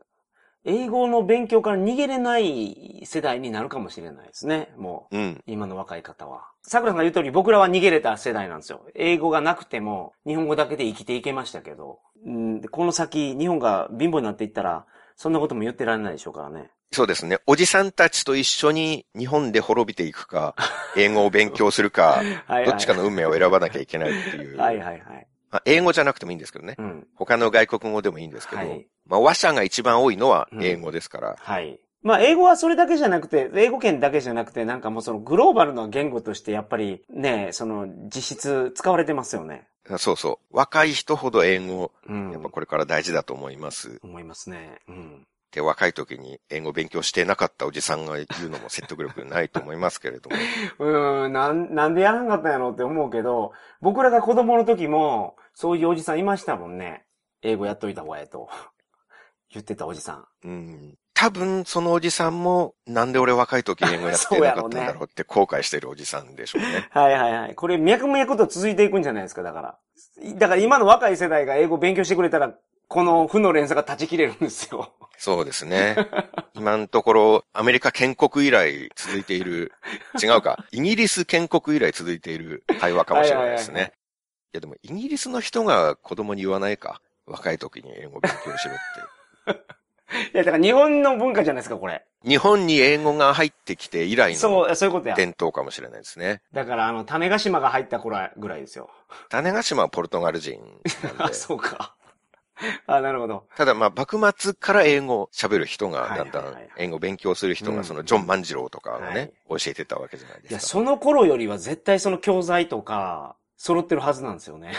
[SPEAKER 3] 英語の勉強から逃げれない世代になるかもしれないですね、もう。
[SPEAKER 2] うん。
[SPEAKER 3] 今の若い方は。桜さんが言う通り、僕らは逃げれた世代なんですよ。英語がなくても、日本語だけで生きていけましたけど、うん、でこの先、日本が貧乏になっていったら、そんなことも言ってられないでしょうからね。
[SPEAKER 2] そうですね。おじさんたちと一緒に日本で滅びていく
[SPEAKER 3] [laughs]
[SPEAKER 2] か、英語を勉強するか、
[SPEAKER 3] はい、はい。
[SPEAKER 2] どっちかの運命を選ばなきゃいけないっていう。
[SPEAKER 3] はいはいはい。
[SPEAKER 2] まあ、英語じゃなくてもいいんですけどね。
[SPEAKER 3] うん。
[SPEAKER 2] 他の外国語でもいいんですけど、
[SPEAKER 3] はい
[SPEAKER 2] まあ話者が一番多いのは英語ですから、
[SPEAKER 3] はい。まあ、英語はそれだけじゃなくて、英語圏だけじゃなくて、なんかもうそのグローバルな言語として、やっぱりね、その実質使われてますよね。
[SPEAKER 2] そうそう。若い人ほど英語、
[SPEAKER 3] うん。
[SPEAKER 2] やっぱこれから大事だと思います。
[SPEAKER 3] 思いますね。うん。
[SPEAKER 2] で、若い時に英語勉強してなかったおじさんが言うのも説得力ないと思いますけれど
[SPEAKER 3] [laughs]
[SPEAKER 2] も。
[SPEAKER 3] うーん、なん、なんでやらんかったんやろって思うけど、僕らが子供の時も、そういうおじさんいましたもんね。英語やっといた方がええと。 [laughs] 言ってたおじさん。
[SPEAKER 2] うん。多分、そのおじさんも、なんで俺若い時英語やってなかったんだろうって後悔してるおじさんでしょうね。
[SPEAKER 3] はいはいはい。これ、脈々と続いていくんじゃないですか、だから。だから今の若い世代が英語勉強してくれたら、この負の連鎖が断ち切れるんですよ。 [laughs]
[SPEAKER 2] そうですね。今のところ、アメリカ建国以来続いている、違う
[SPEAKER 3] [laughs]
[SPEAKER 2] か、イギリス建国以来続いている対話かもしれないです
[SPEAKER 3] はいはいはい
[SPEAKER 2] ね。いや、でも、イギリスの人が子供に言わないか。若い時に英語勉強しろって。
[SPEAKER 3] いや、だから日本の文化じゃないですか、これ。
[SPEAKER 2] 日本に英語が入ってきて以来の
[SPEAKER 3] そう、そういうことや。
[SPEAKER 2] 伝統かもしれないですね。
[SPEAKER 3] だから、あの、種ヶ島が入った頃ぐらいですよ。
[SPEAKER 2] 種子島はポルトガル人なん
[SPEAKER 3] [laughs] あ、
[SPEAKER 2] で。
[SPEAKER 3] そうか。あ、なるほど。
[SPEAKER 2] ただまあ、幕末から英語を喋る人が、
[SPEAKER 3] はい
[SPEAKER 2] だんだ
[SPEAKER 3] はいは
[SPEAKER 2] ん
[SPEAKER 3] い
[SPEAKER 2] 英語を勉強する人
[SPEAKER 3] う
[SPEAKER 2] が、
[SPEAKER 3] ん
[SPEAKER 2] そのジョン万次郎とかを
[SPEAKER 3] は
[SPEAKER 2] ね
[SPEAKER 3] い、
[SPEAKER 2] 教えてたわけじゃない
[SPEAKER 3] い
[SPEAKER 2] で
[SPEAKER 3] や、
[SPEAKER 2] すか。
[SPEAKER 3] その頃よりは絶対その教材とか、揃ってるはずなんですよね。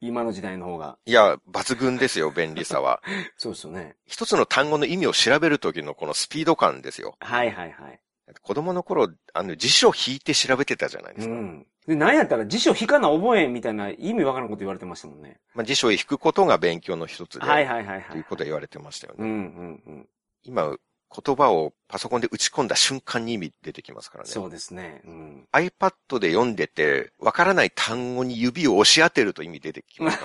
[SPEAKER 3] 今の時代の方が。
[SPEAKER 2] いや、抜群ですよ、便利さ
[SPEAKER 3] [laughs]
[SPEAKER 2] は。
[SPEAKER 3] そうですよね。
[SPEAKER 2] 一つの単語の意味を調べる時のこのスピード感ですよ。
[SPEAKER 3] はいはいはい。
[SPEAKER 2] 子供の頃、あの、辞書を引いて調べてたじゃないで
[SPEAKER 3] う
[SPEAKER 2] すか。
[SPEAKER 3] ん。で、なんやったら辞書引かな覚えんみたいな意味わからんこと言われてましたもんね。
[SPEAKER 2] まあ、辞書を引くことが勉強の一つで、
[SPEAKER 3] はいはいはいは
[SPEAKER 2] という
[SPEAKER 3] い。
[SPEAKER 2] ことは言われてましたよ
[SPEAKER 3] うん
[SPEAKER 2] ね。
[SPEAKER 3] うんうん。
[SPEAKER 2] 今、言葉をパソコンで打ち込んだ瞬間に意味出てきますからね。
[SPEAKER 3] そうですね。うん。 [laughs]
[SPEAKER 2] iPad で読んでて、わからない単語に指を押し当てると意味出てきます。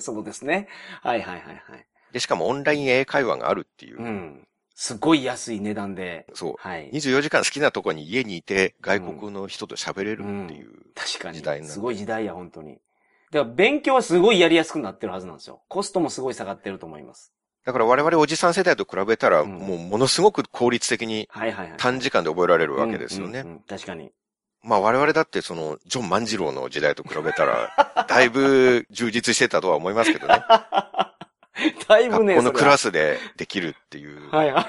[SPEAKER 3] そうですね。はいはいはいはい。
[SPEAKER 2] で、しかもオンライン英会話があるっていう。
[SPEAKER 3] うん。すごい安い値段で。
[SPEAKER 2] そ。。
[SPEAKER 3] はいう
[SPEAKER 2] 24時間好きなとこに家にいて、外国の人と喋れるっていう。
[SPEAKER 3] 確か
[SPEAKER 2] 時代
[SPEAKER 3] に。
[SPEAKER 2] なんです
[SPEAKER 3] ごい時代や、本当に。だから勉強はすごいやりやすくなってるはずなんですよ。コストもすごい下がってると思います。
[SPEAKER 2] だから我々おじさん世代と比べたら、
[SPEAKER 3] うん
[SPEAKER 2] もうものすごく効率的に
[SPEAKER 3] はいはいはい。
[SPEAKER 2] 短時間で覚えられるわけですよね。
[SPEAKER 3] うんうんうん確かに。 [laughs]
[SPEAKER 2] まあ我々だってその、ジョン万次郎の時代と比べたら、だいぶ充実してたとは思いますけど
[SPEAKER 3] [laughs]
[SPEAKER 2] ね。
[SPEAKER 3] だいぶ
[SPEAKER 2] 学
[SPEAKER 3] ね、
[SPEAKER 2] 校の
[SPEAKER 3] それは
[SPEAKER 2] クラスでできるっていう。
[SPEAKER 3] はいはい。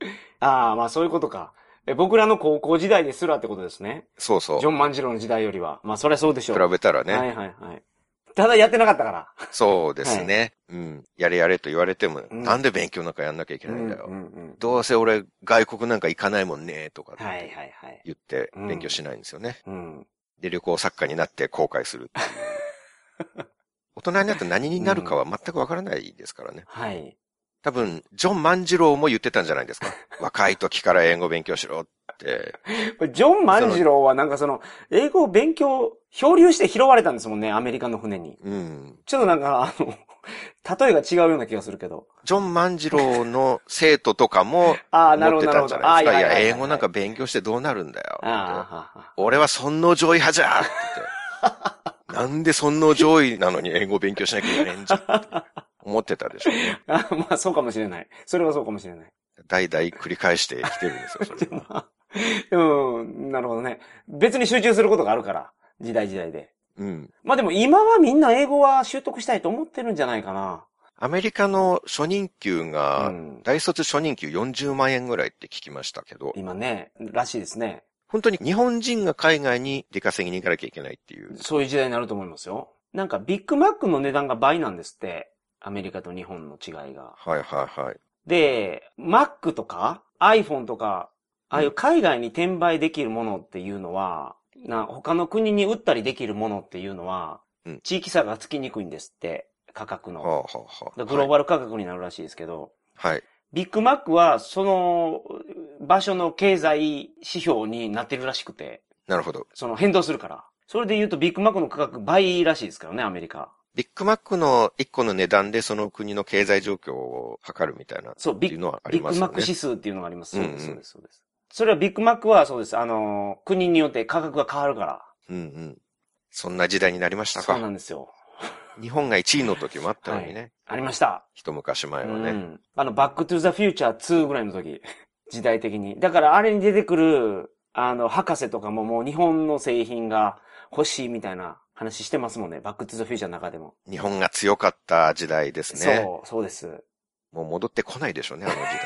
[SPEAKER 3] [laughs] ああ、まあそういうことか。え僕らの高校時代ですらってことですね。
[SPEAKER 2] そうそう。
[SPEAKER 3] ジョン万次郎の時代よりは。まあそりゃそうでしょう。
[SPEAKER 2] 比べたらね。
[SPEAKER 3] はいはいはい。ただやってなかったから。
[SPEAKER 2] そうですね。うん。やれやれと言われても、
[SPEAKER 3] うん
[SPEAKER 2] なんで勉強なんかやんなきゃいけないんだよ。
[SPEAKER 3] うんうん
[SPEAKER 2] どうせ俺外国なんか行かないもんね、とかっ
[SPEAKER 3] うん。はい
[SPEAKER 2] て
[SPEAKER 3] はいはい。
[SPEAKER 2] 言って
[SPEAKER 3] うん
[SPEAKER 2] 勉強しないんですよね。
[SPEAKER 3] うん。
[SPEAKER 2] で、旅行作家になって後悔するっていう。
[SPEAKER 3] [laughs]
[SPEAKER 2] 大人になって何になるかは全くわからないですからね。
[SPEAKER 3] はい。
[SPEAKER 2] 多分、ジョン万次郎も言ってたんじゃない
[SPEAKER 3] [laughs]
[SPEAKER 2] ですか。若い時から英語勉強しろって。
[SPEAKER 3] これジョン万次郎はなんかその、英語を勉強、漂流して拾われたんですもんね、アメリカの船に。
[SPEAKER 2] うん。
[SPEAKER 3] ちょっとなんか、あの、例えが違うような気がするけど。
[SPEAKER 2] ジョン万次郎の生徒とかも
[SPEAKER 3] [laughs] ああ、なる
[SPEAKER 2] 思っ
[SPEAKER 3] ほ
[SPEAKER 2] てた
[SPEAKER 3] ど、なるほ
[SPEAKER 2] んじゃ。
[SPEAKER 3] ど
[SPEAKER 2] ないですか。い
[SPEAKER 3] あー
[SPEAKER 2] や、英語なんか。勉強してどうなるんだよって。
[SPEAKER 3] あーあー、あー
[SPEAKER 2] 俺は尊王上位派じゃって言って。なんで尊王上位なのに英語勉強しなきゃいけないんじゃって思ってたでしょうね。
[SPEAKER 3] あー、まあそうかもしれない。それはそうかもしれない。
[SPEAKER 2] 代々繰り返してきてるんですよ、それは。
[SPEAKER 3] うん、なるほどね。別に集中することがあるから、時代時代で。
[SPEAKER 2] うん。
[SPEAKER 3] まあでも今はみんな英語は習得したいと思ってるんじゃないかな。
[SPEAKER 2] アメリカの初任給が、
[SPEAKER 3] ん、
[SPEAKER 2] 大卒初任給40万円ぐらいって聞きましたけど、
[SPEAKER 3] 今ね、らしいですね。
[SPEAKER 2] 本当に日本人が海外に出稼ぎに行かなきゃいけないっていう。
[SPEAKER 3] そういう時代になると思いますよ。なんかビッグマックの値段が倍なんですって。アメリカと日本の違いが。
[SPEAKER 2] はいはいはい。
[SPEAKER 3] で、Mac とか iPhone とか、ああいう
[SPEAKER 2] う
[SPEAKER 3] 海外に転売できるものっていうのは、な他の国に売ったりできるものっていうのは
[SPEAKER 2] うん、
[SPEAKER 3] 地域差がつきにくいんですって、価
[SPEAKER 2] は
[SPEAKER 3] 格の。
[SPEAKER 2] あはあはあ。
[SPEAKER 3] だグローバル価格になるらしいですけど、
[SPEAKER 2] はい。はい。
[SPEAKER 3] ビッグマックはその場所の経済指標になってるらしくて、
[SPEAKER 2] なるほど。
[SPEAKER 3] その変動するから。それで言うとビッグマックの価格倍らしいですからね、アメリカ。
[SPEAKER 2] ビッグマックの1個の値段でその国の経済状況を測るみたいな、っ
[SPEAKER 3] そう、
[SPEAKER 2] てい
[SPEAKER 3] ビッ
[SPEAKER 2] うのはあ
[SPEAKER 3] ビ
[SPEAKER 2] り
[SPEAKER 3] ッ
[SPEAKER 2] ま
[SPEAKER 3] グ
[SPEAKER 2] す
[SPEAKER 3] マ
[SPEAKER 2] よ
[SPEAKER 3] ック
[SPEAKER 2] ね。
[SPEAKER 3] 指数っていうのがあります。そうで
[SPEAKER 2] うん
[SPEAKER 3] す、そう
[SPEAKER 2] うん
[SPEAKER 3] です、そうです。それはビッグマックはそうです。あのー、国によって価格が変わるから。
[SPEAKER 2] うんうん。そんな時代になりました
[SPEAKER 3] そうな
[SPEAKER 2] か。
[SPEAKER 3] んですよ。
[SPEAKER 2] 日本が1位の時もあったのにね。
[SPEAKER 3] ありました。
[SPEAKER 2] 一昔前は
[SPEAKER 3] う
[SPEAKER 2] ね。
[SPEAKER 3] ん。あの、バックトゥザフューチャー2ぐらいの時。 [laughs] 時代的に。だからあれに出てくる、あの、博士とかももう日本の製品が欲しいみたいな話してますもんね。バックトゥザフューチャーの中でも。
[SPEAKER 2] 日本が強かった時代ですね。
[SPEAKER 3] そう、そうです。
[SPEAKER 2] もう戻ってこないでしょうね、あの時代
[SPEAKER 3] [laughs]
[SPEAKER 2] は。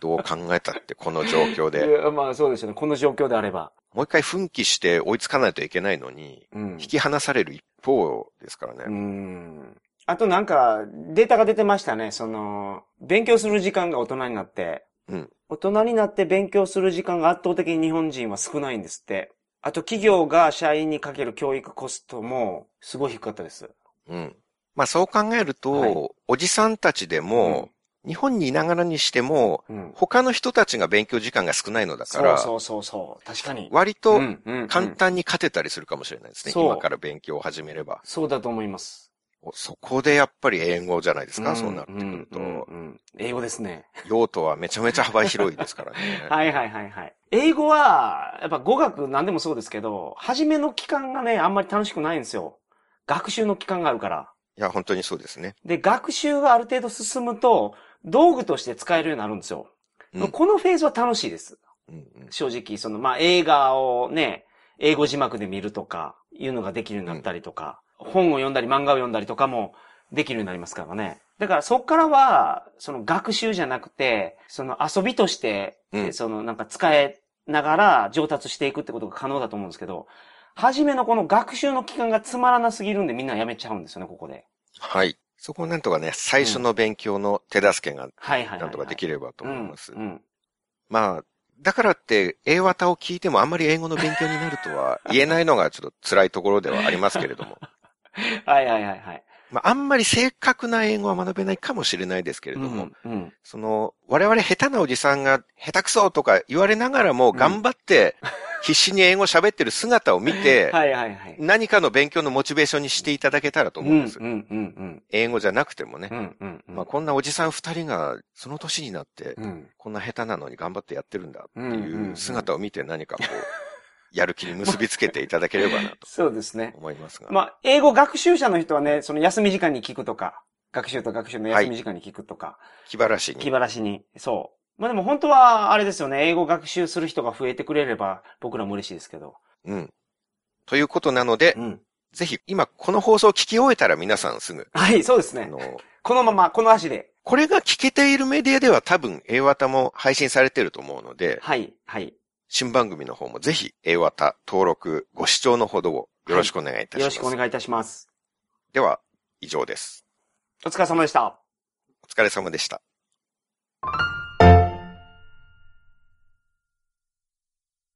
[SPEAKER 2] どう考えたって、この状況
[SPEAKER 3] い
[SPEAKER 2] で。
[SPEAKER 3] やまあそうですよね。この状況であれば。
[SPEAKER 2] もう一回奮起して追いつかないといけないのに、
[SPEAKER 3] うん。
[SPEAKER 2] 引き離される一方ですからね。
[SPEAKER 3] うん。あとなんか、データが出てましたね。その、勉強する時間が大人になって。
[SPEAKER 2] うん
[SPEAKER 3] 大人になって勉強する時間が圧倒的に日本人は少ないんですって。あと企業が社員にかける教育コストもすごい低かったです。
[SPEAKER 2] うん。まあそう考えると、
[SPEAKER 3] はい
[SPEAKER 2] おじさんたちでも、日本にいながらにしても、
[SPEAKER 3] うん。
[SPEAKER 2] 他の人たちが勉強時間が少ないのだか
[SPEAKER 3] そう
[SPEAKER 2] ら、
[SPEAKER 3] そうそうそう。確かに。
[SPEAKER 2] 割と
[SPEAKER 3] んうんうん
[SPEAKER 2] 簡単に勝てたりするかもしれないですね。
[SPEAKER 3] そう
[SPEAKER 2] 今から勉強を始めれば。
[SPEAKER 3] そうだと思います。
[SPEAKER 2] おそこでやっぱり英語じゃないですか、
[SPEAKER 3] ん
[SPEAKER 2] そうなってくると。
[SPEAKER 3] うんうんうん英語ですね。。
[SPEAKER 2] 用途はめちゃめちゃ幅広いですからね
[SPEAKER 3] [laughs] はいはいはいはい。英語は、やっぱ語学何でもそうですけど、初めの期間がね、あんまり楽しくないんですよ。学習の期間があるから。
[SPEAKER 2] いや、本当にそうですね。
[SPEAKER 3] で、学習がある程度進むと、道具として使えるようになるんですよ。
[SPEAKER 2] うん
[SPEAKER 3] このフェーズは楽しいです。
[SPEAKER 2] うんうん
[SPEAKER 3] 正直、その、まあ、映画をね、英語字幕で見るとか、いうのができるようになったりとか、本を読んだり漫画を読んだりとかもできるようになりますからね。だからそっからは、その学習じゃなくて、その遊びとして、
[SPEAKER 2] うん
[SPEAKER 3] そのなんか使えながら上達していくってことが可能だと思うんですけど、初めのこの学習の期間がつまらなすぎるんでみんなやめちゃうんですよね、ここで。
[SPEAKER 2] はい。そこをなんとかね、最初の勉強の手助けが
[SPEAKER 3] はいはいはい、はい。
[SPEAKER 2] なんとかできればと思います。
[SPEAKER 3] うん。うん
[SPEAKER 2] まあ、だからって、英和歌を聞いてもあんまり英語の勉強になると
[SPEAKER 3] [laughs]
[SPEAKER 2] は言えないのがちょっと辛いところではありますけれども。
[SPEAKER 3] はいはいはいはい。
[SPEAKER 2] まあ、あんまり正確な英語は学べないかもしれないですけれども、
[SPEAKER 3] うんうん
[SPEAKER 2] その、我々下手なおじさんが下手くそとか言われながらも頑張
[SPEAKER 3] [laughs]
[SPEAKER 2] って必死に英語喋ってる姿を見て、
[SPEAKER 3] はいはいはい。
[SPEAKER 2] 何かの勉強のモチベーションにしていただけたらと思うんです。
[SPEAKER 3] うんうんうんうん。
[SPEAKER 2] 英語じゃなくてもね。
[SPEAKER 3] うんうんうん。
[SPEAKER 2] まあ、こんなおじさん二人が、その年になって、
[SPEAKER 3] うん。
[SPEAKER 2] こんな下手なのに頑張ってやってるんだって
[SPEAKER 3] うんうん
[SPEAKER 2] いううん姿を見て何かこう、やる気に結びつけていただければなと
[SPEAKER 3] そうですね。
[SPEAKER 2] 思いますが。
[SPEAKER 3] まあ、英語学習者の人はね、その休み時間に聞くとか、学習と学習の休み時間に聞くとか、
[SPEAKER 2] 気晴らし
[SPEAKER 3] 気
[SPEAKER 2] に。
[SPEAKER 3] 晴らしに、そう。まあでも本当は、あれですよね、英語学習する人が増えてくれれば、僕らも嬉しいですけど。
[SPEAKER 2] うん。ということなので、
[SPEAKER 3] うん。
[SPEAKER 2] ぜひ今この放送を聞き終えたら皆さんすぐ、
[SPEAKER 3] はい、そうです
[SPEAKER 2] あ
[SPEAKER 3] ね。
[SPEAKER 2] の、
[SPEAKER 3] このまま、この足で。
[SPEAKER 2] これが聞けているメディアでは多分 A ワタも配信されてると思うので、
[SPEAKER 3] はい、はい。
[SPEAKER 2] 新番組の方もぜひ A ワタ登録、ご視聴のほどをよろしくお願いいたしま
[SPEAKER 3] よろ
[SPEAKER 2] す。
[SPEAKER 3] しくお願いいたします。
[SPEAKER 2] では、以上です。
[SPEAKER 3] お疲れ様でした。
[SPEAKER 2] お疲れ様でした。